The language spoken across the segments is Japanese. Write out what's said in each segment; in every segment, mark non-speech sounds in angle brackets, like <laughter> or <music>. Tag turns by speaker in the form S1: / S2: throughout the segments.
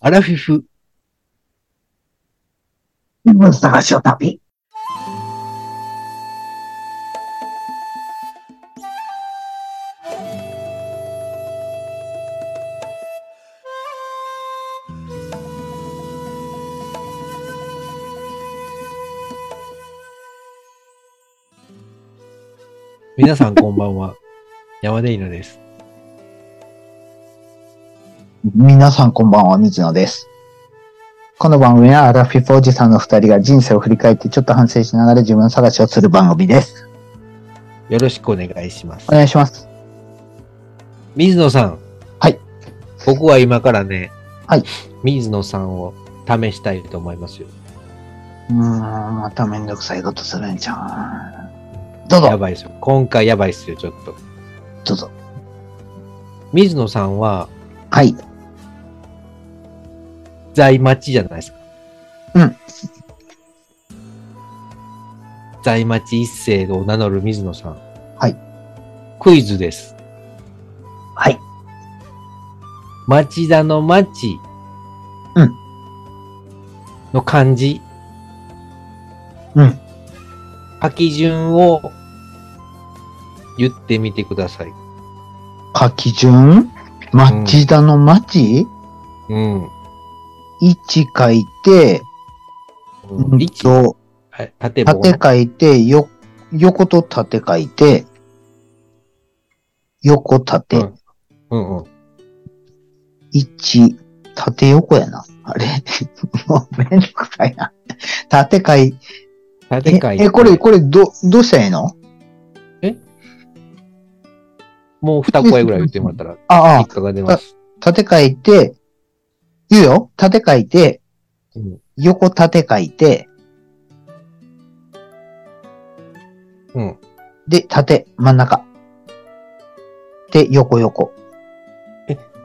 S1: アラフィフ。
S2: ニモン探しの旅。
S1: 皆さんこんばんは。 <laughs> 山根犬です。
S2: 皆さんこんばんは、水野です。この番組はアラフィフおじさんの二人が人生を振り返ってちょっと反省しながら自分探しをする番組です。
S1: よろしくお願いします
S2: お。願いします。
S1: 水野さん。
S2: はい。
S1: 僕は今からね。
S2: はい。
S1: 水野さんを試したいと思いますよ。
S2: うーん、まためんどくさいことするんじゃん。どう
S1: や
S2: ぞ、
S1: ばいですよ。今回やばいっすよ、ちょっと。
S2: どうぞ。
S1: 水野さんは
S2: はい。
S1: 在町じゃないですか。
S2: うん。
S1: 在町一世を名乗る水野さん。
S2: はい。
S1: クイズです。
S2: はい。
S1: 町田の町。
S2: うん。
S1: の漢字。
S2: うん。
S1: 書き順を言ってみてください。
S2: 書き順町田の町、
S1: うん。
S2: 一 ?1 書いて、
S1: うん
S2: うん
S1: 一、
S2: と、
S1: はい縦棒
S2: 縦
S1: ね。
S2: 書いて、よ、横と縦書いて、横縦。
S1: うんうんうん。
S2: 一、縦横やな。あれ <laughs> もうめんどくさいな。縦かい。
S1: 縦書い
S2: え、えこれ、これ、ど、どうしたらいいの
S1: もう二声ぐらい言ってもらったら、
S2: ああ
S1: 結、果が出ます。
S2: 縦書いて、言うよ。縦書いて、
S1: うん
S2: 横縦書いて、
S1: うん。
S2: で、縦、真ん中。で、横横。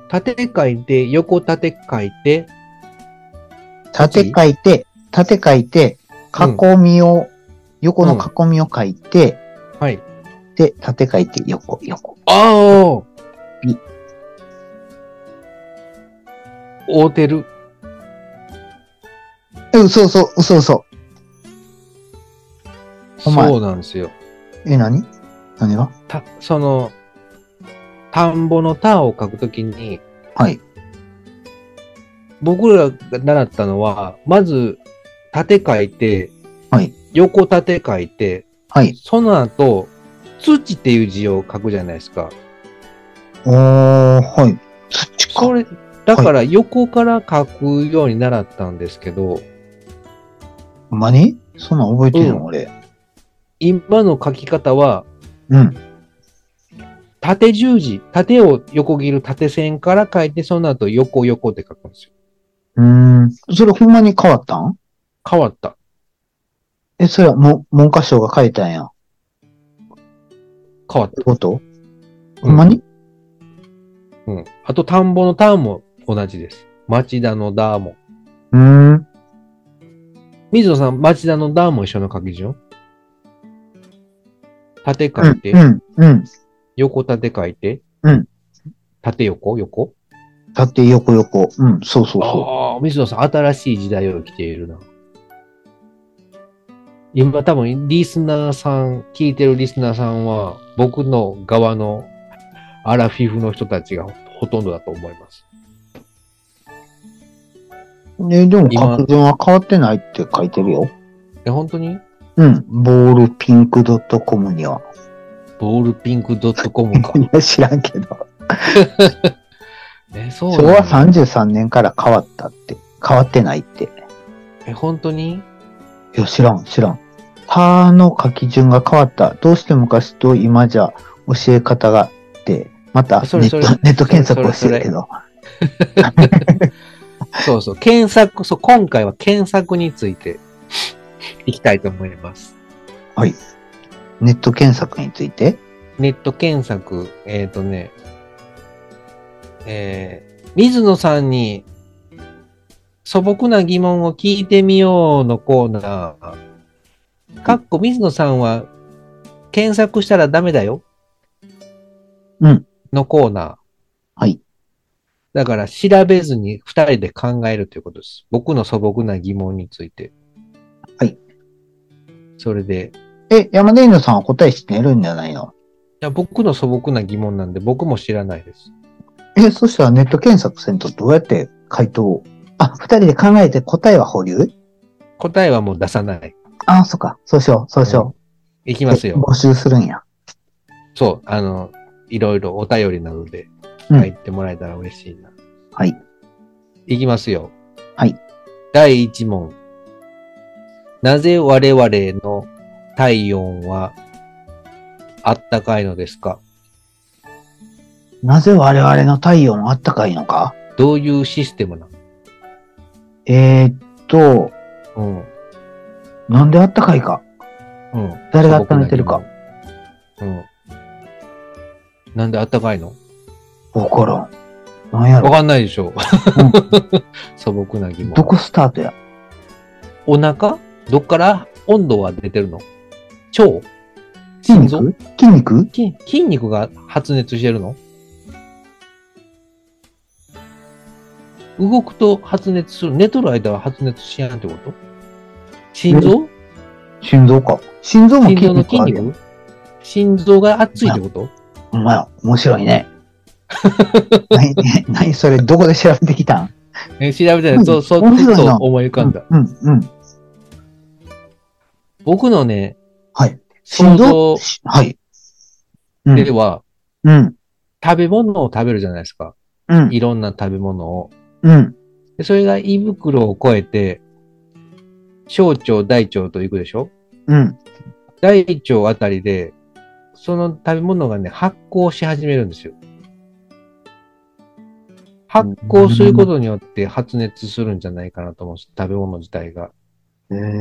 S1: 縦書いて、横縦書いて、
S2: 縦書いて、縦書いて、囲みを、横の囲みを書いて、
S1: はい。
S2: で、縦書いて、横横。
S1: ああ
S2: び
S1: 合うてる。
S2: え、嘘嘘、嘘嘘。お前
S1: そうなんですよ。
S2: え、何何が
S1: た、その、田んぼの田を書くときに、
S2: はい。
S1: 僕らが習ったのは、まず、縦書いて、
S2: はい
S1: 横縦書いて、
S2: はい。
S1: その後、土っていう字を書くじゃないですか。
S2: おー、はい。土
S1: そ
S2: か。
S1: れ、だから横から書くように習ったんですけど、
S2: ほんまにそんなん覚えてるの、
S1: うん
S2: 俺。
S1: 今の書き方は、
S2: うん。
S1: 縦十字、縦を横切る縦線から書いて、その後横横って書くんですよ。
S2: うーん。それほんまに変わったん
S1: 変わった。
S2: え、それはも文科省が書いたんや。っ
S1: 変わった。
S2: てことほんまに、
S1: うん。あと、田んぼの田も同じです。町田の田も。
S2: うーん。
S1: 水野さん、町田のダーも一緒の書き順縦書いて、
S2: うん。うん。
S1: 横縦書いて、
S2: うん
S1: 縦横横
S2: 縦横横。うん。そうそうそ
S1: ああ、水野さん、新しい時代を生きているな。今多分、リスナーさん、聞いてるリスナーさんは、僕の側のアラフィフの人たちがほとんどだと思います。
S2: う。え、でも
S1: 今
S2: 書き順は変わってないって書いてるよ。
S1: え、本当に
S2: うん。ボールピンクドットコムには。 <laughs>
S1: ボールピンクドットコムか。
S2: いや、知らんけど。
S1: え、そう
S2: 昭
S1: な
S2: 和
S1: んだ
S2: 33年から変わったって。変わってないって。
S1: え、本当に
S2: いや、知らん、知らん。他の書き順が変わった。どうして昔と今じゃ教え方がって、またネ
S1: それ
S2: ッ
S1: そ
S2: ト
S1: れ
S2: <laughs> ネット検索をし
S1: それそれ
S2: てるけど。
S1: そうそう。検索、そう、今回は検索についていきたいと思います。
S2: ネット検索について
S1: ネット検索、えっ、ー、とね、えー、水野さんに素朴な疑問を聞いてみようのコーナー。かっこ水野さんは検索したらダメだよ。
S2: うん。
S1: のコーナー。
S2: はい。
S1: だから調べずに二人で考えるということです。僕の素朴な疑問について。
S2: はい。
S1: それで、い
S2: え、山田犬さんは答え知ってるんじゃないの
S1: や僕の素朴な疑問なんで僕も知らないです。
S2: え、そしたらネット検索せんとどうやって回答をあ、二人で考えて答えは保留
S1: 答えはもう出さない。
S2: あ、そっか。そうしよう、そうしよ。
S1: いうきますよ。
S2: 募集するんや。
S1: そう、あの、いろいろお便りなどで
S2: うん
S1: 入ってもらえたら嬉しいな。
S2: はい。
S1: いきますよ。
S2: はい。
S1: 第1問。なぜ我々の体温はあったかいのですか
S2: なぜ我々の体温はあったかいのか
S1: どういうシステムな
S2: えー、っと、
S1: の
S2: なんであったかいか
S1: うん。うん。
S2: 誰が温めてるか
S1: うん。なんであったかいの
S2: わからん。なんや
S1: わ
S2: ろ、
S1: かんないで <laughs> しょ。
S2: うん
S1: 素朴な疑問。
S2: どこスタートや
S1: お腹どっから温度は出てるの腸
S2: 筋
S1: 心臓
S2: 肉筋肉
S1: 筋筋肉が発熱してるの動くと発熱する。寝とる間は発熱しやんってこと心臓
S2: 心臓か。心臓も
S1: 心
S2: 筋
S1: 臓の
S2: 肉
S1: 筋
S2: あるやん。
S1: 肉心臓が熱いってこと
S2: ほんまや、面白いね。 <laughs> 何、何それ、どこで調べてきたん
S1: え調べたら、そう、そう、
S2: 面
S1: ちょっ
S2: 白いな
S1: と思い浮かんだ。
S2: うん、うんうん。
S1: 僕のね、
S2: はい。
S1: 想
S2: 心
S1: 像
S2: 臓しはい。うん
S1: では、
S2: うん、
S1: 食べ物を食べるじゃないですか。
S2: うん、
S1: いろんな食べ物を。
S2: うん。
S1: でそれが胃袋を越えて、小腸、大腸と行くでしょ
S2: うん。
S1: 大腸あたりで、その食べ物がね、発酵し始めるんですよ。発酵することによって発熱するんじゃないかなと思うんです、食べ物自体が。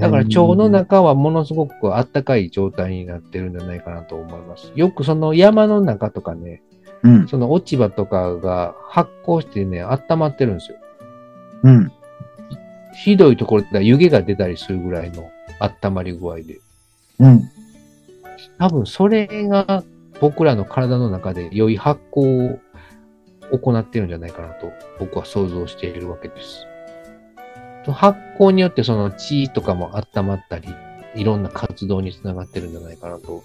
S1: だから腸の中はものすごくあったかい状態になってるんじゃないかなと思います。よくその山の中とかね、
S2: うん、
S1: その落ち葉とかが発酵してね、温まってるんですよ。
S2: うん。
S1: ひどいところでは湯気が出たりするぐらいの温まり具合で。
S2: うん。
S1: 多分それが僕らの体の中で良い発酵を行ってるんじゃないかなと僕は想像しているわけです。発酵によってその血とかも温まったり、いろんな活動につながってるんじゃないかなと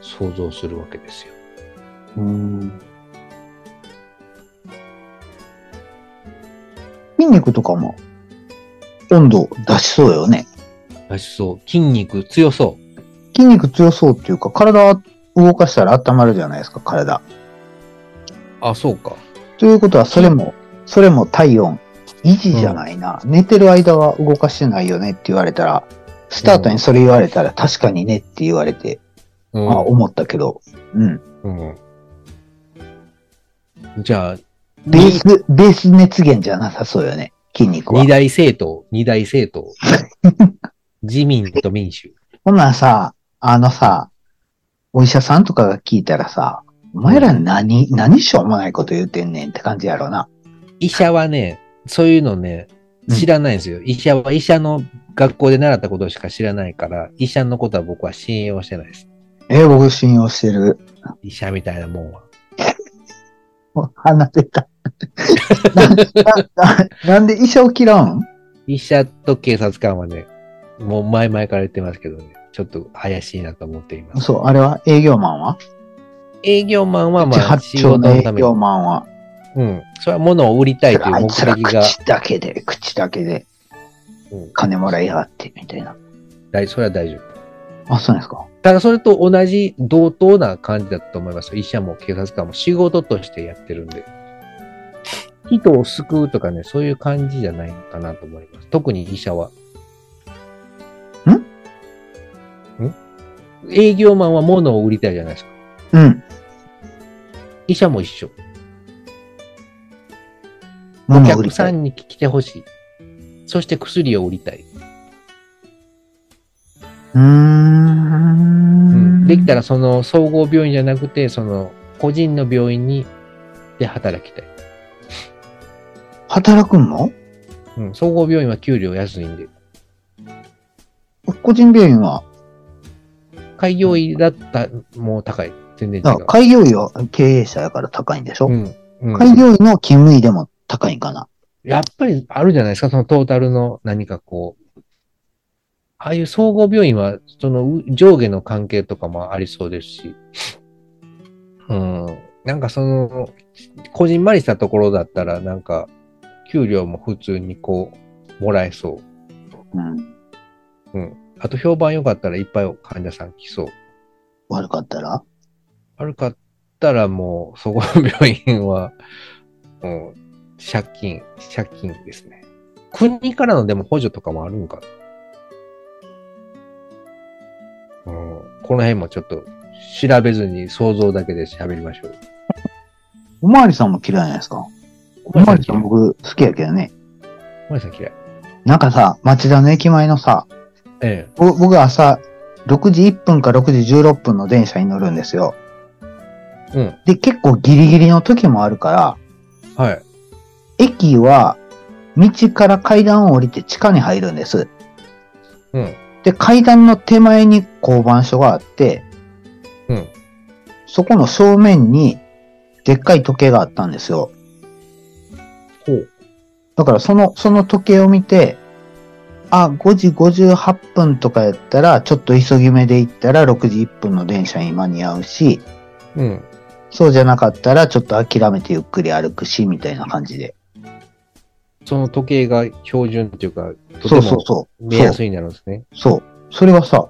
S1: 想像するわけですよ。
S2: うん筋肉とかも温度出しそうよね。
S1: 私そう、筋肉強そう。
S2: 筋肉強そうっていうか、体動かしたら温まるじゃないですか、体。
S1: あ、そうか。
S2: ということは、それも、それも体温維持じゃないな。寝てる間は動かしてないよねって言われたら、スタートにそれ言われたら確かにねって言われて、
S1: う
S2: あ思ったけど、うん。
S1: ん。うん、じゃあ、
S2: ベース、ベース熱源じゃなさそうよね、筋肉は
S1: 二。大政党、二大政
S2: <laughs>
S1: 党。自民と民主。
S2: ほんならさ、あのさ、お医者さんとかが聞いたらさ、お前ら何、何しょうもないこと言うてんねんって感じやろうな。
S1: 医者はね、そういうのね、知らないんですよ。医者は医者の学校で習ったことしか知らないから、医者のことは僕は信用してないです。
S2: えー、僕信用してる。
S1: 医者みたいなもんは。
S2: もう離れ <laughs> た。ななななんで医者を嫌うん
S1: 医者と警察官はね、もう前々から言ってますけどね、ちょっと怪しいなと思っています。
S2: そう、あれは営業マンは
S1: 営業マンはま
S2: 地
S1: あ
S2: 八
S1: 仕
S2: 丁
S1: 事
S2: の
S1: の
S2: 営
S1: ため
S2: 業
S1: に。
S2: マンは。
S1: うん。それは物を売りたいという
S2: あ
S1: 目
S2: いつら
S1: 的が、
S2: 口だけで、口だけで
S1: うん
S2: 金もらいやがって、みたいな。
S1: 大それは大丈夫。
S2: あ、そうなんですか。
S1: ただそれと同じ同等な感じだと思いますよ。医者も警察官も仕事としてやってるんで。人を救うとかね、そういう感じじゃないのかなと思います。特に医者は。
S2: ん
S1: ん営業マンは物を売りたいじゃないですか。
S2: うん。
S1: 医者も一緒。お
S2: 物を売
S1: 客
S2: りた
S1: さ
S2: い。
S1: んに来てほしい。そして薬を売りたい。
S2: う
S1: う
S2: ー
S1: ん
S2: ん。
S1: できたらその総合病院じゃなくて、その個人の病院にで働きたい。
S2: 働くんの
S1: うん、総合病院は給料安いんで。
S2: 個人病院は、
S1: 開業医だったらもう高い。全然違
S2: だ
S1: う
S2: から。開業医は経営者やから高いんでしょ、
S1: うん。うん
S2: 開業医の勤務医でも高いんかな。
S1: やっぱりあるじゃないですか、そのトータルの何かこう。ああいう総合病院は、そのう上下の関係とかもありそうですし、うん、なんかその、こじんまりしたところだったら、なんか、給料も普通にこう、もらえそ
S2: うん。
S1: う。うん。あと評判良かったらいっぱい患者さん来そう。
S2: 悪かったら
S1: 悪かったらもう、そこの病院は、 <laughs> もう、借金、借金ですね。国からのでも補助とかもあるんかな。うん、この辺もちょっと調べずに想像だけで喋りましょう。
S2: おまわりさんも嫌いじゃないですか。おまわりさん
S1: 僕
S2: 僕好きやけどね。
S1: お前さん嫌い。
S2: なんかさ、町田の駅前のさ、
S1: え
S2: ぼ僕朝6時1分か6時16分の電車に乗るんですよ。
S1: え。うん。
S2: で、結構ギリギリの時もあるから、
S1: はい。
S2: 駅は道から階段を降りて地下に入るんです。
S1: うん。
S2: で、階段の手前に交番所があって、
S1: うん。
S2: そこの正面にでっかい時計があったんですよ。
S1: ほう。
S2: だからその、その時計を見て、あ、5時58分とかやったら、ちょっと急ぎ目で行ったら6時1分の電車に間に合うし、
S1: うん。
S2: そうじゃなかったらちょっと諦めてゆっくり歩くし、みたいな感じで。
S1: その時計が標準というか、とて
S2: そうそう
S1: も
S2: そう。
S1: 目
S2: そう
S1: 安になるんですね。
S2: そう。それがさ、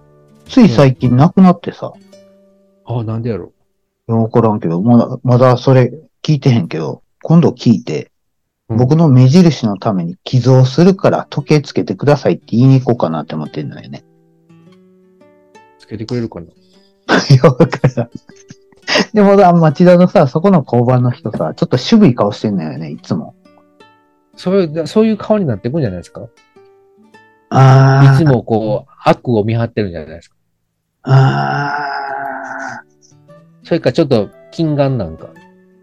S2: つい最近なくなってさ、
S1: ああ、なんでやろ
S2: わからんけど、まだ、まだそれ聞いてへんけど、今度聞いて、
S1: う。
S2: 僕の目印のために寄贈するから時計つけてくださいって言いに行こうかなって思ってんのよね。 <laughs>
S1: つけてくれるかない
S2: や、わからん。でもさ、町田のさ、そこの交番の人さ、ちょっと渋い顔してんのよね、いつも。
S1: そういう、そういう顔になってくんじゃないですかい
S2: あ
S1: つもこう、悪を見張ってるんじゃないですか。
S2: あ
S1: それかちょっと、金眼なんか。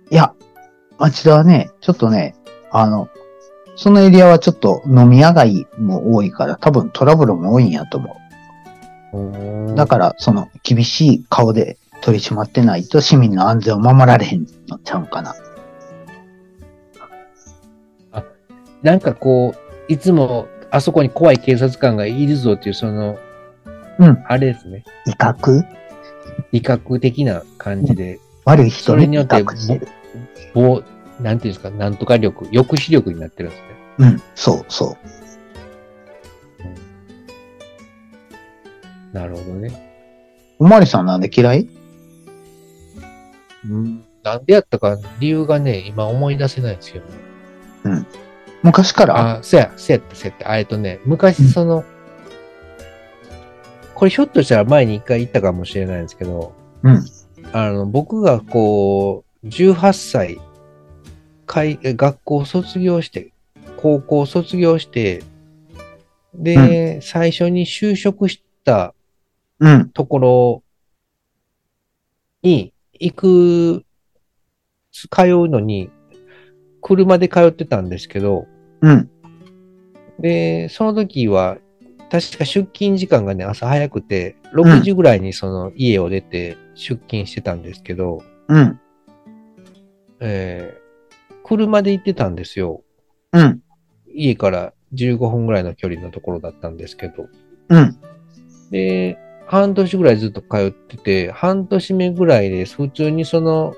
S2: ーいや、町田はね、ちょっとね、あの、そのエリアはちょっと飲み屋街も多いから、多分トラブルも多いんやと思う。だから、その、厳しい顔で取り締まってないと市民の安全を守られへんのちゃうかな。
S1: なんかこう、いつも、あそこに怖い警察官がいるぞっていう、その、
S2: うん
S1: あれですね。
S2: 威嚇
S1: 威嚇的な感じで、
S2: 悪い人
S1: それに
S2: に威
S1: よって、ぼ
S2: 嚇してる。
S1: ぼなんていうんですか、なんとか力、抑止力になってるんですね。
S2: うん、そうそう。
S1: なるほどね。
S2: おまわりさんなんで嫌い
S1: なんでやったか、理由がね、今思い出せないんですけどね。
S2: 昔から
S1: あ、そうや、そうやった、そうやった。あえっとね、昔その、これひょっとしたら前に一回行ったかもしれないんですけど、
S2: うん。
S1: あの、僕がこう、18歳、かい学校卒業して、高校卒業して、で、最初に就職した
S2: うん。
S1: ところに行く、通うのに、車で通ってたんですけど、
S2: うん。
S1: で、その時は、確か出勤時間がね、朝早くて、
S2: ん
S1: 6時ぐらいにその家を出て出勤してたんですけど、
S2: うん。
S1: えー車で行ってたんですよ。
S2: うん。
S1: 家から15分ぐらいの距離のところだったんですけど。
S2: うん。
S1: で、半年ぐらいずっと通ってて、半年目ぐらいで普通にその、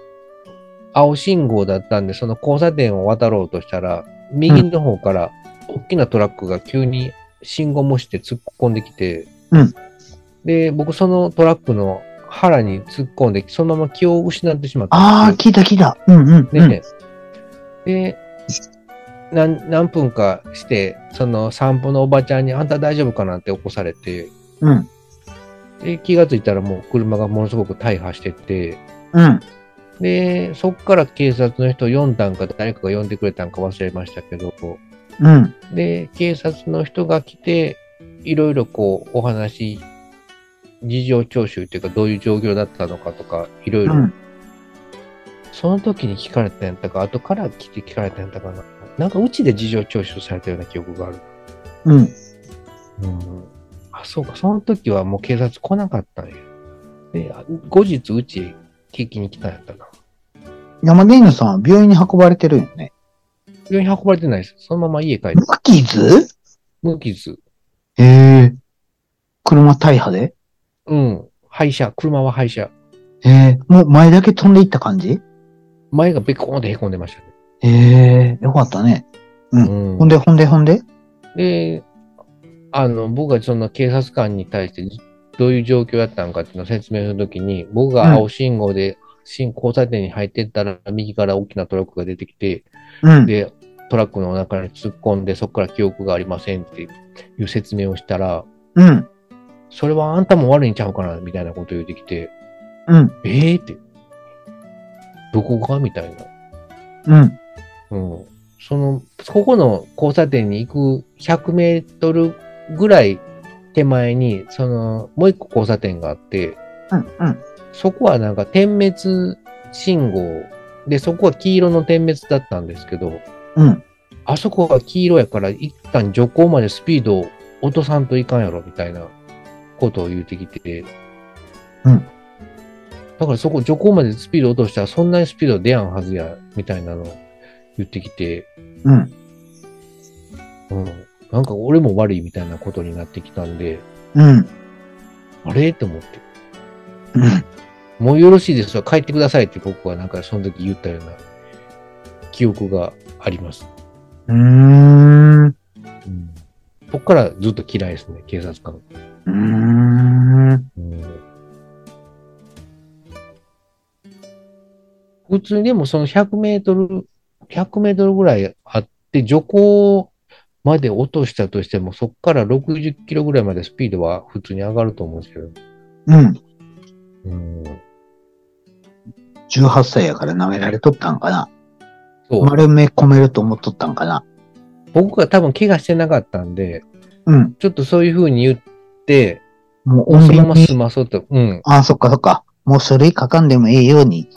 S1: 青信号だったんで、その交差点を渡ろうとしたら、右の方から大きなトラックが急に信号無視で突っ込んできて、
S2: うん
S1: で、僕そのトラックの腹に突っ込んで、そのまま気を失ってしまった
S2: あ
S1: ん
S2: あ、
S1: です
S2: 聞いた聞いた。うんうん。
S1: よ。
S2: うん
S1: で、で何何分かして、その散歩のおばちゃんに、あんた大丈夫かなって起こされて、
S2: うん。
S1: で、気がついたらもう車がものすごく大破してて、
S2: うん。
S1: で、そっから警察の人呼んだんか、誰かが呼んでくれたんか忘れましたけど、
S2: うん。
S1: で、警察の人が来て、いろいろこう、お話、事情聴取っていうか、どういう状況だったのかとか、いろいうろ、
S2: ん。
S1: その時に聞かれたんやったか、後から来て聞かれたんやったかな。なんか、うちで事情聴取されたような記憶がある。
S2: う
S1: う
S2: ん。
S1: んあ、そうか、その時はもう警察来なかったんや。で、あ後日うちへ聞きに来たんやったな。
S2: 山田犬さんは病院に運ばれてるよね。
S1: 病院運ばれてないです。そのまま家帰って、
S2: 無傷
S1: 無傷。
S2: ええ車大破で
S1: うん。廃車。車は廃車。
S2: ええもう前だけ飛んでいった感じ
S1: 前がベコーンって凹んでましたね。
S2: ええよかったね。
S1: うん
S2: ほんでほんでほんで
S1: で、あの、僕がその警察官に対してどういう状況だったのかっていうのを説明するときに、僕が青信号で、新交差点に入ってったら、右から大きなトラックが出てきて、
S2: うん。
S1: で、トラックの中に突っ込んで、そこから記憶がありませんっていう説明をしたら、
S2: うん。
S1: それはあんたも悪いんちゃうかなみたいなこと言ってきて、
S2: うん。
S1: ええー、って、どこがみたいな。
S2: うん。
S1: うん。その、ここの交差点に行く100メートルぐらい手前に、その、もう一個交差点があって、
S2: うん。うん。
S1: そこはなんか点滅信号で、そこは黄色の点滅だったんですけど、
S2: うん。
S1: あそこは黄色やから一旦徐行までスピードを落とさんといかんやろみたいなことを言うてきて、
S2: うん。
S1: だからそこ徐行までスピード落としたらそんなにスピード出やんはずや、みたいなのを言ってきて、
S2: うん。
S1: うん。なんか俺も悪いみたいなことになってきたんで、
S2: うん。
S1: あれと思って。
S2: うん。
S1: もうよろしいですわ、帰ってくださいって僕はなんかその時言ったような記憶があります。
S2: うー
S1: う
S2: ん。
S1: ん。こっからずっと嫌いですね、警察官。
S2: うーん。
S1: うん。普通にでもその100メートル、100メートルぐらいあって、徐行まで落としたとしても、そっから60キロぐらいまでスピードは普通に上がると思うんですけど。
S2: うん。
S1: うん。
S2: 18歳やから舐められとったんかな。
S1: そう。
S2: 丸め込めると思っとったんかな。
S1: 僕が多分怪我してなかったんで、
S2: うん。
S1: ちょっとそういう風に言って、
S2: もう
S1: その
S2: 穏便
S1: まま済
S2: に。
S1: まそうと。うん。
S2: あ、そっかそっか。もう書類書かんでもええように。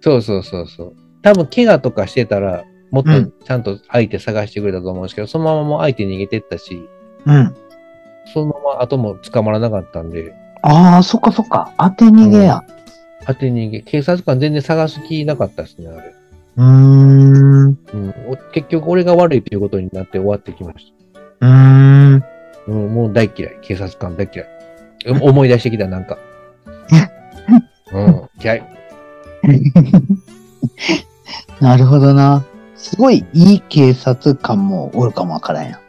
S1: そうそうそうそう。多分怪我とかしてたら、もっ
S2: う
S1: と
S2: ん
S1: ちゃんと相手探してくれたと思うんですけど、そのままもう相手逃げてったし、
S2: うん。
S1: そのまま後も捕まらなかったんで、
S2: ああ、そっかそっか。当て逃げや。
S1: 当て逃げ、警察官全然探す気なかったですね、あれ。
S2: うーん。う
S1: うん、お結局俺が悪いということになって終わってきまし
S2: ーん。
S1: た。うん、もう大嫌い。警察官大嫌い。うん思い出してきた、なんか。うん、嫌い。
S2: なるほどな。すごいいい警察官もおるかもわからんやん。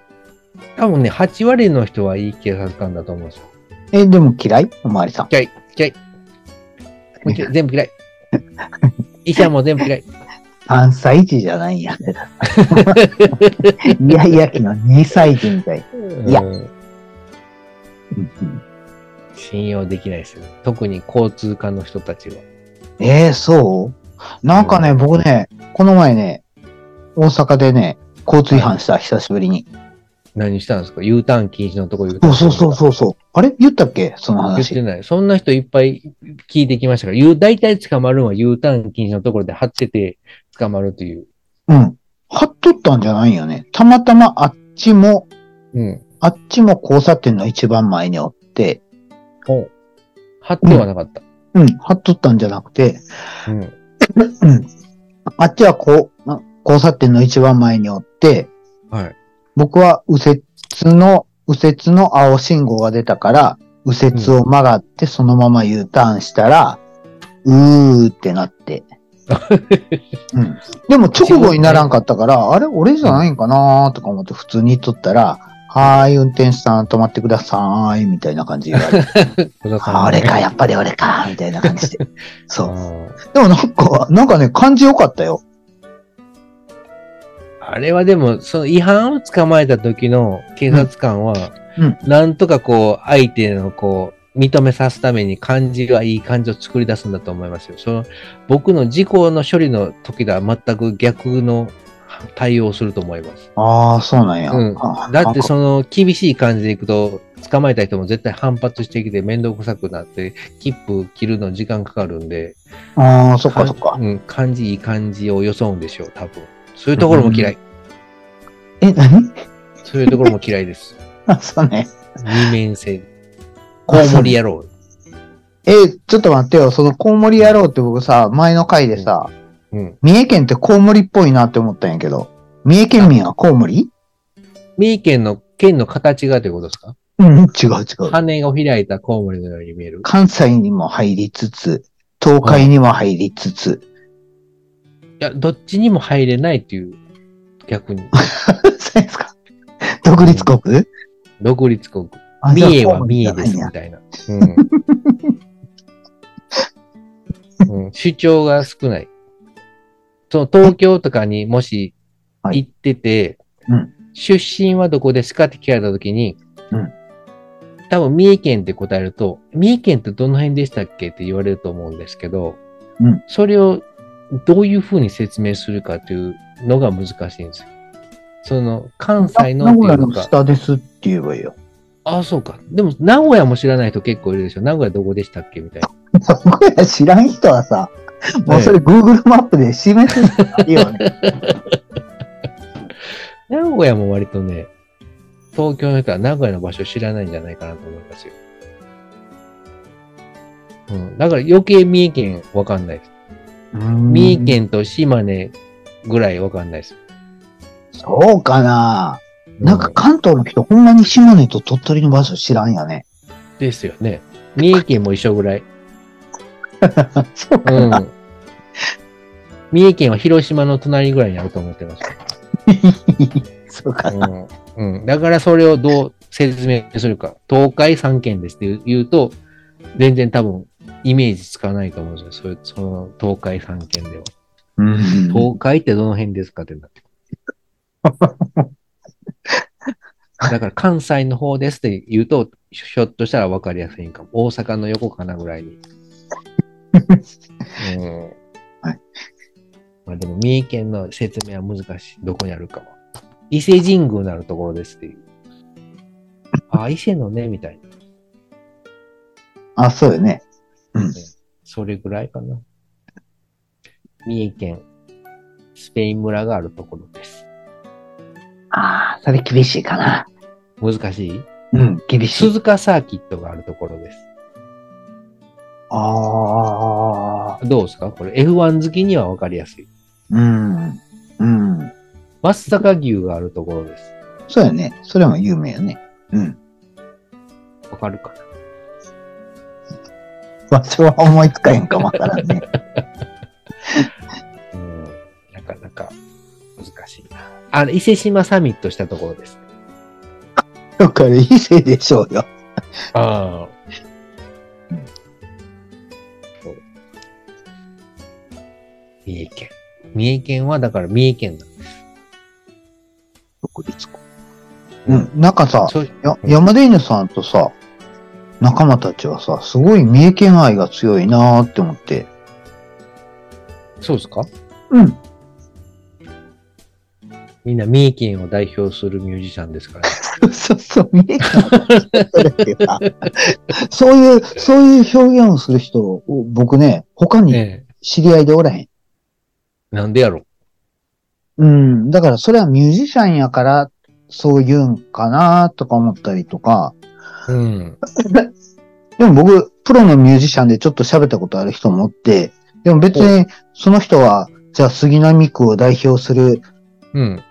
S1: 多分ね、8割の人はいい警察官だと思うんですよ。
S2: え、でも嫌いおまわりさん。
S1: 嫌い、嫌い。もう嫌い全部
S2: <laughs>
S1: 嫌い。医者も全部嫌い。
S2: 3歳児じゃないんや。 <laughs> いやいや期の2歳児みたい。いや
S1: うん
S2: うんうん
S1: 信用できないですよ。特に交通課の人たちは。
S2: えー、そうなんかね、
S1: うん
S2: 僕ね、この前ね、大阪でね、交通違反した、久しぶりに。
S1: 何したんですか ?U ターン禁止のとこ言う
S2: そうそうそうそうそう。あれ言ったっけその
S1: 言って
S2: 話。
S1: ない。そんな人いっぱい聞いてきましたから、U、大体捕まるのは U ターン禁止のところで張ってて捕まるという。
S2: うん。貼っとったんじゃないよね。たまたまあっちも、
S1: うん。
S2: あっちも交差点の一番前におって、
S1: お張ってはなかった。
S2: うん、貼っとったんじゃなくて、
S1: うん。
S2: うん。あっちはこう、な交差点の一番前におって、
S1: はい。
S2: 僕は右折の、右折の青信号が出たから、右折を曲がってそのまま U ターンしたら、うーってなって。
S1: <laughs>
S2: うん、でも直後にならんかったから、あれ俺じゃないんかなーとか思って普通に言っとったら、はーい、運転手さん止まってくださーい、みたいな感じで言われ
S1: <laughs>
S2: て。
S1: 小田さん
S2: あ俺か、やっぱり俺か、みたいな感じ
S1: <laughs>
S2: で。そう。
S1: うん
S2: でもなんか、なんかね、感じ良かったよ。
S1: あれはでも、その違反を捕まえた時の警察官は、
S2: うん
S1: なんとかこう、相手のこう、認めさすために漢字はいい漢字を作り出すんだと思いますよ。その、僕の事故の処理の時とは全く逆の対応をすると思います。
S2: ああ、そうなんや。
S1: うん
S2: あ
S1: だって
S2: なんか
S1: その厳しい感じでいくと、捕まえた人も絶対反発してきて面倒くさくなって、切符切るの時間かかるんで、
S2: ああ、そっかそっか
S1: 漢。うん、漢字いい漢字を装うんでしょう、多分。そういうところも嫌い。
S2: え、何 <laughs>
S1: そういうところも嫌いです。
S2: あ、そうね。
S1: 二面性。コウモリ野郎。
S2: え、ちょっと待ってよ。そのコウモリ野郎って僕さ、前の回でさ、
S1: うん。
S2: 三重県ってコウモリっぽいなって思ったんやけど。三重県民はコウモリ
S1: 三重県の県の形がということですか
S2: うん、違う違う。
S1: 羽を開いたコウモリのように見える。
S2: 関西にも入りつつ、東海にも入りつつ、
S1: いや、どっちにも入れないっていう、逆に。
S2: そうですか独立国
S1: 独立国。
S2: あじゃあ
S1: 三重は
S2: コウモリ
S1: 三重
S2: じ
S1: で
S2: ゃないん
S1: す、
S2: や
S1: みたいな。うん <laughs> うん主張が少ない。その東京とかにもし
S2: はい
S1: 行ってて、
S2: うん
S1: 出身はどこですかって聞かれたときに、
S2: うん
S1: 多分三重県って答えると、三重県ってどの辺でしたっけって言われると思うんですけど、
S2: うん
S1: それをどういうふうに説明するかというのが難しいんですよ。その関西の
S2: 名
S1: って
S2: 古
S1: い
S2: 屋
S1: う
S2: の
S1: か、
S2: 下ですって言えばいいよ。
S1: ああ、そうか。でも、名古屋も知らない人結構いるでしょ。名古屋どこでしたっけみたいな。
S2: 名古屋知らん人はさ、もうそれ Google マップで示すしかないよね。
S1: 名古屋も割とね、東京の人は名古屋の場所知らないんじゃないかなと思いますよ。うん。だから余計三重県わかんないです。 <laughs> 三重県と島根ぐらいわかんないです。
S2: そうかななんか
S1: う
S2: 関東の人ほんまに島根と鳥取の場所知らんよね。
S1: ですよね。三重県も一緒ぐらい。
S2: そうか
S1: う
S2: <laughs> な、
S1: ん。三重県は広島の隣ぐらいにあると思ってます。
S2: <laughs> そうかな、
S1: うんうん、だからそれをどう説明するか。東海3県ですって言うと、全然多分イメージつかないと思うんですよ。それその東海3県では。
S2: うん
S1: 東海ってどの辺ですかって
S2: <laughs>
S1: なってくる。だから関西の方ですって言うと、ひょっとしたら分かりやすいんかも。大阪の横かなぐらい
S2: <laughs>
S1: に。うん。
S2: はい。
S1: まあでも三重県の説明は難しい。どこにあるかは。伊勢神宮のあるところです
S2: <laughs>
S1: っていう。あ、伊勢のね、みたいな。
S2: あ、そうよね。うん。
S1: それぐらいかな。三重県、スペイン村があるところです。
S2: ああ、それ厳しいかな。
S1: 難しい
S2: うん、厳しい。
S1: 鈴鹿サーキットがあるところです。
S2: ああ、
S1: どうですかこれ F1 好きには分かりやすい。
S2: うん。うん。
S1: 松阪牛があるところです。
S2: そうよね。それも有名よね。うん。
S1: わかるかな
S2: 場所は思いつかへんかもわから <laughs> んね。
S1: うん。なかなか難しいな。あの、伊勢島サミットしたところです。
S2: だから伊勢でしょうよ。
S1: ああ。そう三重県。三重県はだから三重県だ。
S2: 独立国。うん。なんかさ、
S1: そう
S2: や
S1: うん
S2: 山田犬さんとさ、仲間たちはさ、すごい三重県愛が強いなーって思って。
S1: そうですか
S2: うん。
S1: みんな三重県を代表するミュージシャンです <laughs> から、ね。
S2: そうそう、三重県愛そういう、そういう表現をする人を、僕ね、他に
S1: え
S2: 知り合いでおらへん。
S1: え。なんでやろう
S2: うん。だからそれはミュージシャンやから、そう言うんかなーとか思ったりとか。
S1: うん。
S2: でも僕、プロのミュージシャンでちょっと喋ったことある人もおって、でも別にその人は、じゃあ杉並区を代表する
S1: うん。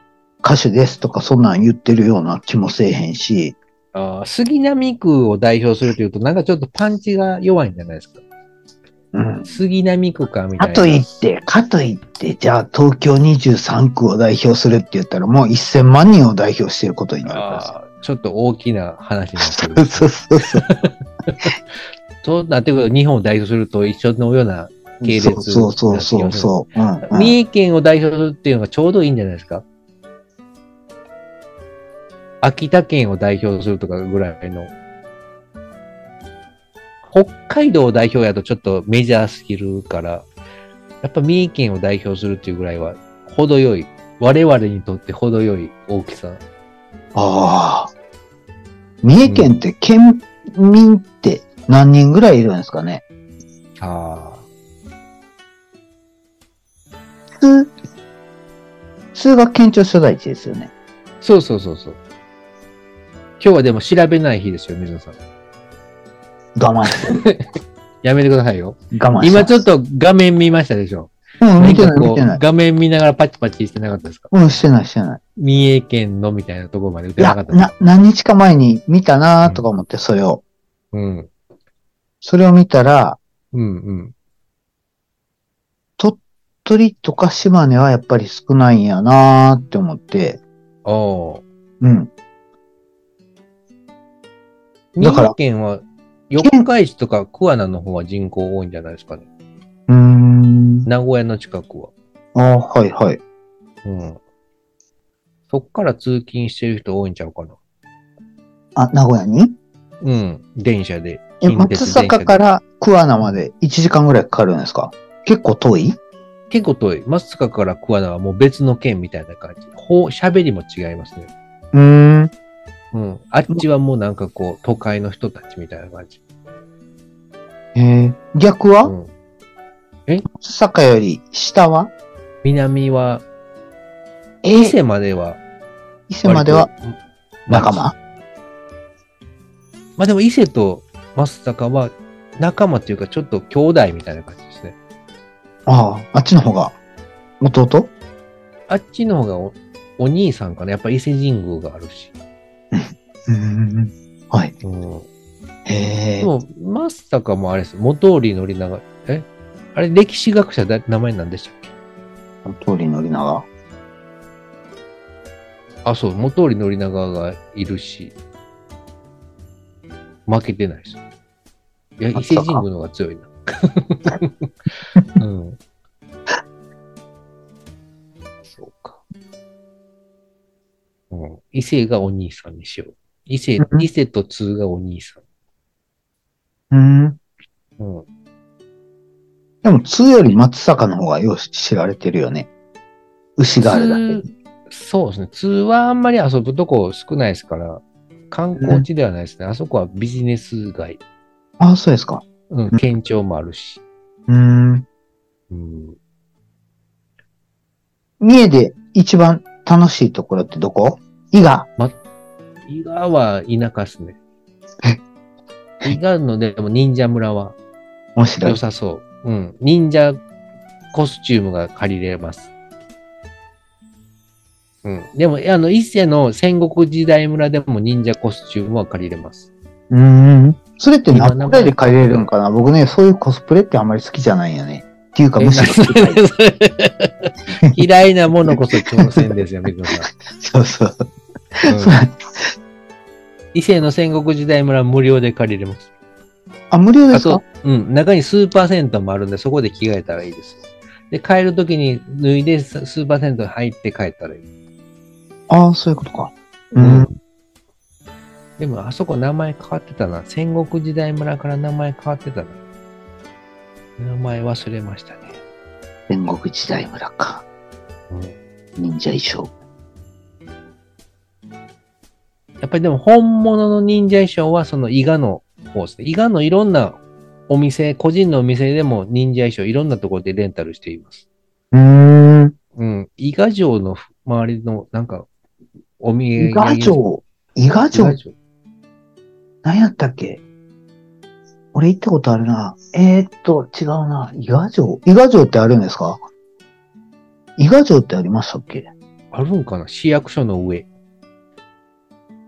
S2: 歌手ですとかそんなん言ってるような気もせえへんし、
S1: あー杉並区を代表するというと、なんかちょっとパンチが弱いんじゃないですか。
S2: うん。
S1: 杉並区かみたい
S2: か
S1: な。
S2: といって、かといって、じゃあ東京23区を代表するって言ったらもう1000万人を代表していることになるから
S1: <laughs>
S2: さ。
S1: あーちょっと大きな話になってく
S2: そう
S1: る。
S2: そうそうそう。
S1: そうなってくると、日本を代表すると一緒のような。系列
S2: そうそうそうそう。うんうん
S1: 三重県を代表するっていうのがちょうどいいんじゃないですか。秋田県を代表するとかぐらいの。北海道を代表やとちょっとメジャーすぎるから、やっぱ三重県を代表するっていうぐらいは、程よい。我々にとって程よい大きさ。
S2: ああ。三重県って県民って何人ぐらいいるんですかね
S1: ああ。
S2: 普通、通学県庁所在地ですよね。
S1: そうそうそうそう。今日はでも調べない日ですよ、水野さん。
S2: 我慢して、
S1: やめてくださいよ。
S2: 我慢して。
S1: 今ちょっと画面見ましたでしょ。
S2: うん、見て
S1: な
S2: なん
S1: かこ
S2: い、
S1: う
S2: 見てない。
S1: 画面見ながらパチパチしてなかったですか
S2: うん、してない、してない。
S1: 三重県のみたいなところまで打
S2: い
S1: てな
S2: や
S1: かった、ですか
S2: な、何日か前に見たなーとか思って、それを。
S1: うん。
S2: それを見たら、
S1: うんうん。
S2: 鳥取とか島根はやっぱり少ないんやなーって思って、
S1: ああ。
S2: うん。
S1: 三
S2: だから
S1: 重県は、四日市とか桑名の方は人口多いんじゃないですかね。
S2: うーん。
S1: 名古屋の近くは。
S2: ああ、はい、はい。
S1: うん。そっから通勤してる人多いんちゃうかな。
S2: あ、名古屋に
S1: うん。電車で。
S2: え、
S1: 近鉄
S2: 松阪から桑名まで1時間ぐらいかかるんですか結構遠い
S1: 結構遠い。松阪から桑名はもう別の県みたいな感じ。ほう、喋りも違いますね。
S2: うーん。
S1: うん。あっちはもうなんかこう、都会の人たちみたいな感じ。
S2: えー、逆は、
S1: うん。
S2: 松阪より下は
S1: 南は、
S2: え
S1: 伊
S2: ー、
S1: 勢までは、
S2: 伊勢までは
S1: 割と
S2: 仲間
S1: まあでも伊勢と松阪は仲間っていうかちょっと兄弟みたいな感じですね。
S2: ああ、あっちの方が弟
S1: あっちの方がおお兄さんかな。やっぱ伊勢神宮があるし。
S2: うーん。はい。
S1: うん。
S2: へ
S1: で
S2: え。
S1: も、松坂もあれです。元織宣長、えあれ、歴史学者だ、名前なんでしたっけ
S2: 通り乗りなが
S1: あ、そう、元織宣長がいるし、負けてないです。いや、伊勢神宮の方が強いな。うん。そうか。うん。伊勢がお兄さんにしよう。伊勢、
S2: うん
S1: 伊勢と通がお兄さ
S2: うん。
S1: ん。うん。
S2: でも、通より松阪の方がよし知られてるよね。牛があるだけで。
S1: 通そうですね。通はあんまり遊ぶとこ少ないですから、観光地ではないですね。あそこはビジネス街。
S2: ああ、そうですか。
S1: うん、県庁もあるし。
S2: うーん。
S1: うん。
S2: 三重で一番楽しいところってどこ伊賀。
S1: 伊賀は田舎っすね
S2: え。
S1: 伊賀のでも忍者村は
S2: 面白
S1: 良
S2: い。
S1: さそう。うん。忍者コスチュームが借りれます。うん。でも、あの、伊勢の戦国時代村でも忍者コスチュームは借りれます。
S2: うーん。それって
S1: 今
S2: ナプレで借りれるんかな僕ね、そういうコスプレってあんまり好きじゃないよね。っていうか、むしろ嫌い。
S1: 嫌いなものこそ挑戦ですよ、水野さ
S2: そうそう。
S1: ん。うん
S2: そう
S1: 伊勢の戦国時代村は無料で借りれます。
S2: あ、無料で
S1: あ
S2: すか
S1: と、うん、中にスーパー銭湯もあるんで、そこで着替えたらいいです。で、帰るときに脱いでススーパー銭湯に入って帰ったらいい。
S2: ああ、そういうことか。うん。
S1: でも、あそこ名前変わってたな。戦国時代村から名前変わってたな。名前忘れましたね。
S2: 戦国時代村か。忍者衣装。
S1: やっぱりでも本物の忍者衣装はその伊賀の方ですね。伊賀のいろんなお店、個人のお店でも忍者衣装いろんなところでレンタルしています。
S2: うーん。
S1: うん。伊賀城の周りのなんかお土産
S2: 伊賀城。伊賀
S1: 伊
S2: 城
S1: 城
S2: 何やったっけ俺行ったことあるな。えー、っと、違うな。伊賀城。伊賀城ってあるんですか伊賀城ってありましたっけ
S1: あるんかな市役所の上。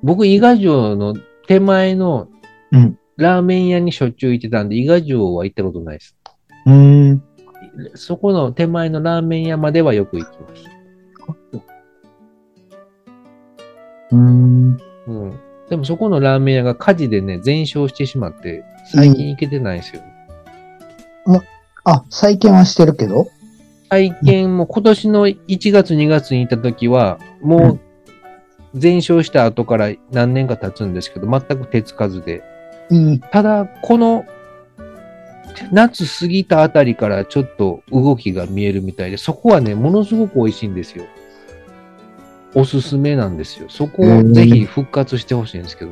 S1: 僕、伊賀城の手前の
S2: うん
S1: ラーメン屋にしょっちゅう行ってたんで、伊賀城は行ったことないです。
S2: うーん。
S1: そこの手前のラーメン屋まではよく行きます。
S2: うーん。
S1: うん。でもそこのラーメン屋が火事でね、全焼してしまって、最近行けてないんですよ。
S2: あ、再建はしてるけど。
S1: 最近も今年の1月2月に行った時は、もう全焼した後から何年か経つんですけど、全く手つかずで。
S2: いい。
S1: ただ、この夏過ぎたあたりからちょっと動きが見えるみたいで、そこはね、ものすごく美味しいんですよ。おすすめなんですよ。そこをぜひ復活してほしいんですけど、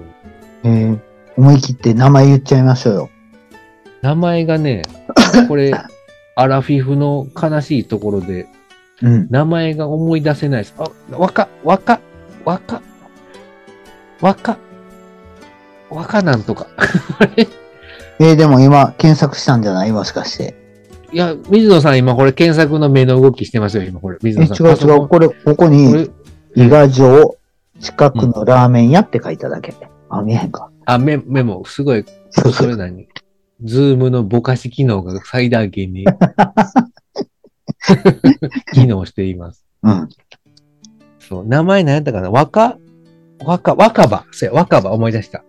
S2: えー、思い切って名前言っちゃいましょうよ。
S1: 名前が
S2: <laughs>
S1: ね、これ、アラフィフの悲しいところで、
S2: うん。
S1: 名前が思い出せないです。あ、わか、わか、わか、わか、わかなんとか。
S2: えー、でも今、検索したんじゃないもしかして。
S1: いや、水野さん今これ検索の目の動きしてますよ、今これ。
S2: え
S1: 水
S2: 違
S1: 野
S2: う
S1: さん。パソ
S2: 違
S1: コ
S2: う。
S1: ン
S2: これ、ここ
S1: こ
S2: に、
S1: れ、
S2: 伊賀城近くのラーメン屋って書いただけ。あ、見えへんか。
S1: あ、メメモ、すごい、
S2: そう
S1: そ
S2: そ
S1: れ
S2: う。
S1: 何ズームのぼかし機能が最大限
S2: <laughs>
S1: に機能しています。
S2: うん。
S1: そう、名前何やったかな若、若、若葉。そうや、若葉思い出した。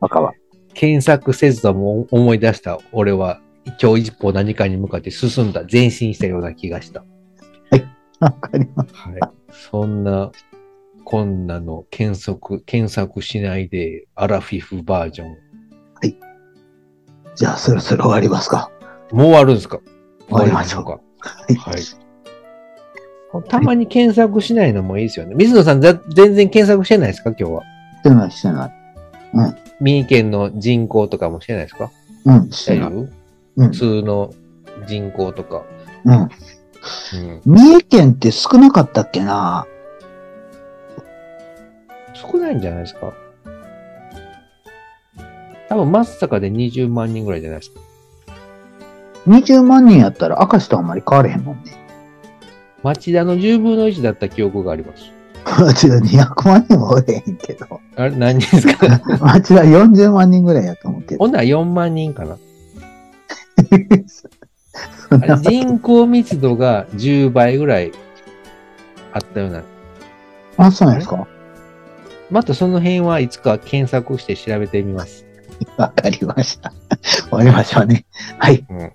S2: 若葉。
S1: 検索せずとも思い出した。俺は、今日一歩何かに向かって進んだ、前進したような気がした。
S2: わかります。
S1: はい。そんな、こんなの検索、検索しないで、アラフィフバージョン。
S2: じゃあ、そろそろ終わりますか。
S1: もう終わるんですか
S2: 終わりましょう
S1: 終わ
S2: は
S1: り
S2: い
S1: ましょうか。はい。たまに検索しないのもいいですよね。水野さん、ざ全然検索してないですか今日は。
S2: してない、してない。
S1: 三重県の人口とかもしてないですか
S2: うん、して
S1: 大
S2: な
S1: 丈
S2: い。
S1: 夫
S2: うん
S1: 普。通の人口とか。
S2: うん。
S1: うん。
S2: 三重県って少なかったっけな
S1: 少ないんじゃないですか多分、松阪で20万人ぐらいじゃないですか。
S2: 20万人やったら明石とあんまり変われへんもんね。
S1: 町田の10分の1だった記憶があります。
S2: 町田200万人もおれへんけど。
S1: あれ、何人です
S2: <laughs>
S1: か
S2: 町田40万人ぐらいやと思うけど。
S1: ほんなら4万人かな。
S2: そん
S1: あれ
S2: な
S1: 人口密度が10倍ぐらいあったような。
S2: あ、そうなんですか
S1: またその辺はいつか検索して調べてみます。
S2: わかりました。終わりましょうね。はい。
S1: うん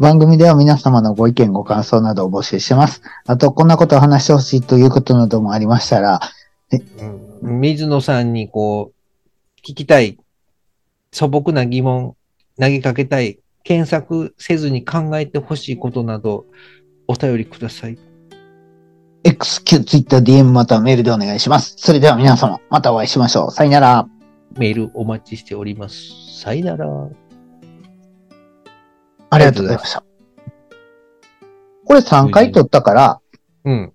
S2: 番組では皆様のご意見、ご感想などを募集してます。あと、こんなことを話してほしいということなどもありましたら、
S1: うん水野さんにこう、聞きたい、素朴な疑問、投げかけたい、検索せずに考えてほしいことなど、お便りください。
S2: XQ、Twitter、DM またはメールでお願いします。それでは皆様、またお会いしましょう。さよなら。
S1: メールお待ちしております。さよなら。
S2: ありがとうございました。これ3回取ったから、
S1: うん。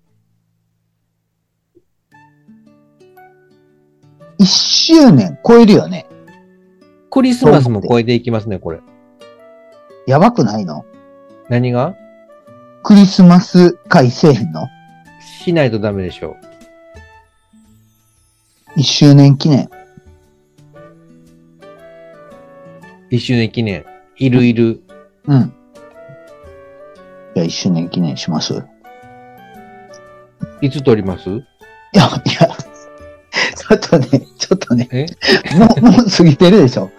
S2: 1周年超えるよね。
S1: クリスマスも超えていきますね、これ。
S2: やばくないの
S1: 何が
S2: クリスマス会せえへんの
S1: しないとダメでしょ
S2: ?1 周年記念。
S1: う。一周年記念。いるいる。
S2: うん。じゃあ1周年記念します。
S1: いつ撮ります
S2: いや、いや、ちょっとね、ちょっとね、
S1: え
S2: もう、もう過ぎてるでしょ。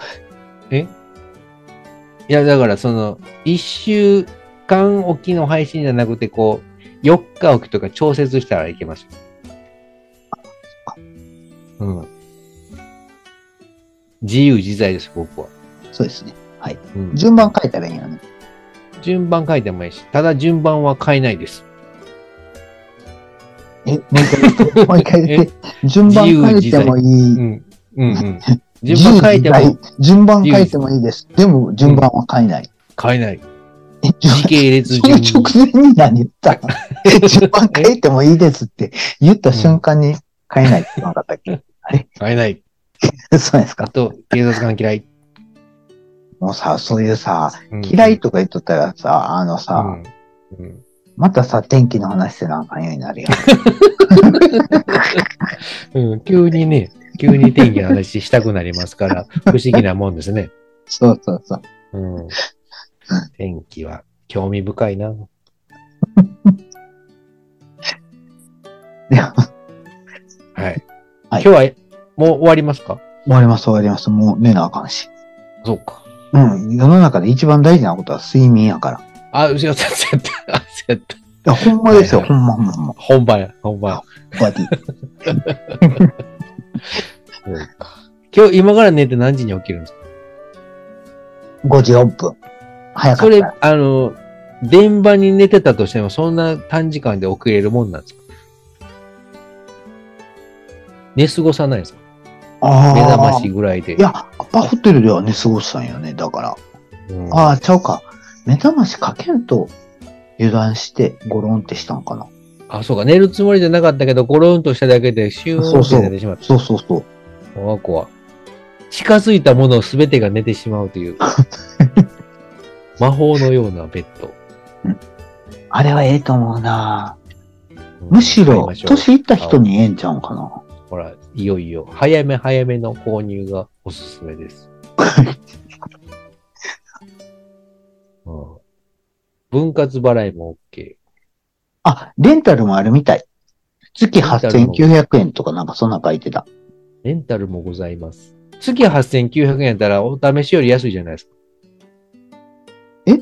S1: いや、だからその、一週間おきの配信じゃなくて、こう、4日おきとか調節したらいけますよ。うん。自由自在です、僕は。
S2: そうですね。はい。
S1: うん
S2: 順番書いたらいいよね。
S1: 順番書いてもいいし、ただ順番は変えないです。
S2: え、もう一回
S1: <laughs>
S2: 言って、もう一回言って、順番書いてもい
S1: うん
S2: い。。
S1: うん
S2: <laughs>
S1: うん。順番書いても
S2: 順番書いてもいいです。でも、順番は変えない。
S1: 変えない。
S2: え、
S1: 時系列
S2: <laughs> そ
S1: 順
S2: の
S1: に
S2: 直前に何
S1: <laughs>
S2: 言ったの順番書いてもいいですって言った瞬間に変えないって言わなかったっけ、
S1: 変えない。
S2: そうです
S1: あ
S2: か
S1: と、警察官嫌い。
S2: もうさ、そういうさ、
S1: うん
S2: 嫌いとか言っとったらさ、あのさ、
S1: うんうん
S2: またさ、天気の話せなあかんようになる
S1: <laughs>
S2: やん。
S1: うん、急にね、急に天気の話したくなります
S2: <laughs>
S1: から、不思議なもんですね。
S2: そうそうそう。
S1: うん、天気は興味深いな。
S2: では
S1: はい。
S2: は
S1: 今
S2: い
S1: 日はもう終わりますか
S2: 終わります、終わります。もう寝なあかんし。
S1: そうか。
S2: うん。世の中で一番大事なことは睡眠やから。い
S1: あ、うしやった、 <laughs> そうやった、あそうやった。
S2: や、ほんまですよ。
S1: はい
S2: ほんまほんまほんま。
S1: 本番や、本番。
S2: バディ。
S1: そうか今日、今から寝て何時に起きるんですか
S2: 5時4分。早か
S1: そ
S2: っ
S1: れ、
S2: たら。
S1: あの、電話に寝てたとしても、そんな短時間で起きれるもんなんですか寝過ごさないんですか
S2: あ
S1: 目覚ま
S2: あ
S1: しぐらいで。
S2: いや、アパホテルでは寝過ごしたんよね。だから。
S1: うん、
S2: ああ、ちゃうか。目覚ましかけんと油断してゴロンってしたんかな。
S1: あ、そうか、寝るつもりじゃなかったけど、ゴロンとしただけで、シューンって寝てしまっ
S2: そうそうそう。
S1: た。我が子は。近づ
S2: <laughs>
S1: いたものすべてが寝てしまうという。魔法のようなベッド。
S2: あれはええと思うな
S1: うん
S2: むし
S1: 買い
S2: ろ、
S1: ましょう
S2: 年いった人にええんちゃうんかな。
S1: ほら、いよいよ、早め早めの購入がおすすめ
S2: <laughs>
S1: です。うん、分割払いも OK。
S2: あ、レンタルもあるみたい。月8900円とかなんかそんなん書いてた。
S1: レンタルもございます。月8900円やったらお試しより安いじゃないですか。
S2: え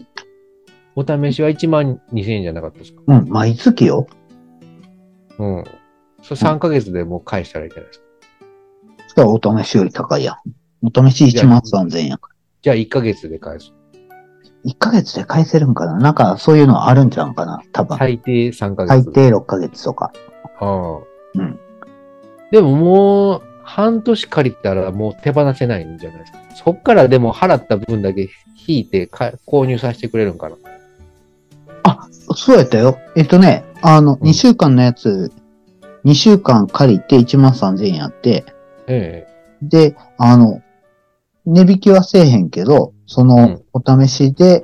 S1: お試しは1万2000円じゃなかったですか。
S2: うん、毎月よ。
S1: うん。そう3ヶ月でもう返したらいいじゃないですか。
S2: そしたらお試しより高いやん。お試し1万3000円やか
S1: じゃあ1ヶ月で返す。
S2: ら。1ヶ月で返せるんかななんかそういうのあるんちゃうんかな多分。
S1: 最低3ヶ
S2: 最
S1: 月。
S2: 低6ヶ月とか。
S1: う
S2: うん
S1: ん。でももう、半年借りたらもう手放せないんじゃないですか。そっからでも払った分だけ引いてか購入させてくれるんかな。
S2: そうやったよ。えっとね、あの、
S1: うん
S2: 2週間のやつ、2週間借りて1万3000円やって、
S1: え
S2: で、あの、値引きはせえへんけど、その、お試しで、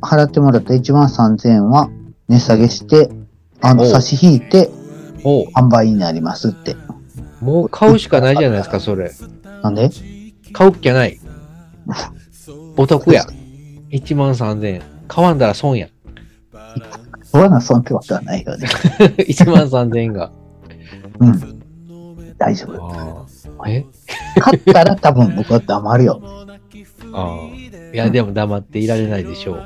S2: 払ってもらった1万3000円は値下げして、あの、
S1: おう
S2: 差し引い
S1: え。
S2: て
S1: おう
S2: 販売になりますって。
S1: もう買うしかないじゃないですか、それ。
S2: なんで
S1: 買うっきゃ <laughs> ない。お得や。1万3000円。買わんだら損や。 <laughs>
S2: わな、そんってことはないよね。
S1: 1万3000円が。
S2: うん。大丈夫。
S1: ああ。え
S2: 買ったら多分僕は
S1: <laughs>
S2: 黙るよ。
S1: ああ。いや、でも黙っていられないでしょう。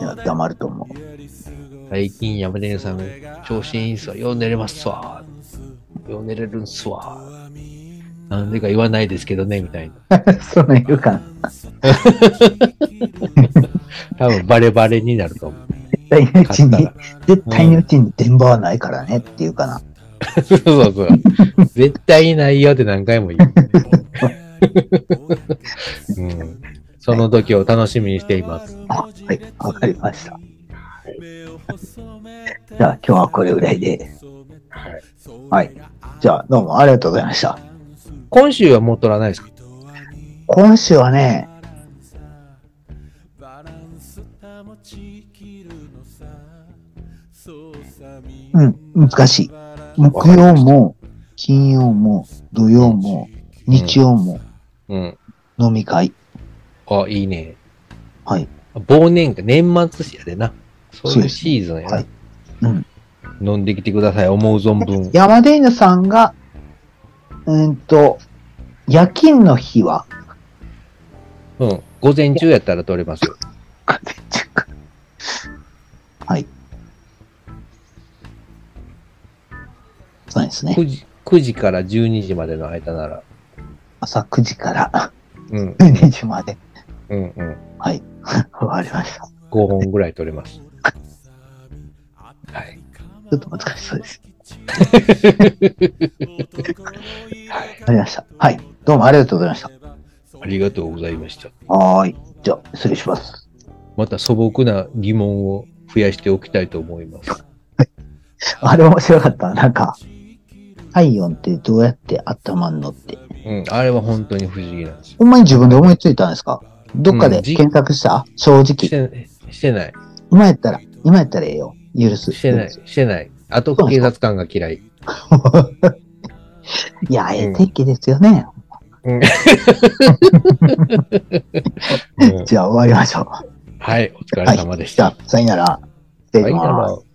S2: いや黙ると思う。 <laughs>
S1: 最近山根さん、調子いいんすわ。よう寝れますわ。よう寝れるんすわ。なんでか言わないですけどね、みたいな。
S2: その言うかな。
S1: 多分バレバレになると <laughs> 思う。
S2: 絶対にうち
S1: 買った
S2: に
S1: ら。 <laughs>
S2: 絶対にうちに電波はないからねっていうかな。
S1: そうそうそう。絶対ないよって何回も言 <laughs> う。うん、その時を楽しみにしています。
S2: あ、はい、 <laughs> わかりました。じゃあ今日はこれぐらいで。
S1: はい、
S2: はい。じゃあどうもありがとうございました。
S1: 今週はもう取らないですか
S2: 今週はね、うん、難しい。木曜も、金曜も、土曜も、日曜も、
S1: うん。
S2: 飲み会。
S1: あ、いいね。
S2: はい。
S1: 忘年会、年末しやでな。そう
S2: そう
S1: い
S2: で
S1: う
S2: す
S1: シーズンやな。
S2: はいうん
S1: 飲んできてください、思う存分。
S2: 山田犬さんが、うーんと、夜勤の日は、 <laughs>
S1: うん。午前中やったら取れますよ。
S2: はい。そうですね。
S1: 9時 ,9 時から12時までの間なら。
S2: 朝9時から <laughs>
S1: うん。
S2: 12時まで。
S1: うんうん。
S2: はい。わかりました。
S1: 5本ぐらい取れます。はい。
S2: ちょっと難しそう <laughs> です。わかりました。はい。どうもありがとうございました。
S1: ありがとうございました。
S2: はーい。じゃあ、失礼します。 <laughs>
S1: また素朴な疑問を増やしておきたいと思います。
S2: あれ面白かった。なんか、体温ってどうやって温まんのって。
S1: うん。あれは本当に不思議なんですよ。
S2: ほんまに自分で思いついたんですかどっか
S1: う
S2: で
S1: んじ
S2: 検索した、正
S1: し
S2: 直。
S1: てしてない。
S2: 今やったら、今やったらええよ。許す。
S1: してない。してない。あと
S2: そうなんで
S1: 警
S2: す
S1: 察
S2: か
S1: 官が嫌い。
S2: いや、ええ天気ですよね。
S1: うん
S2: じゃあ終わりましょう。
S1: はい、お疲れ
S2: はい。
S1: 様でし
S2: じゃ
S1: た <laughs>
S2: あ。、さよなら。失礼します。
S1: はいどうも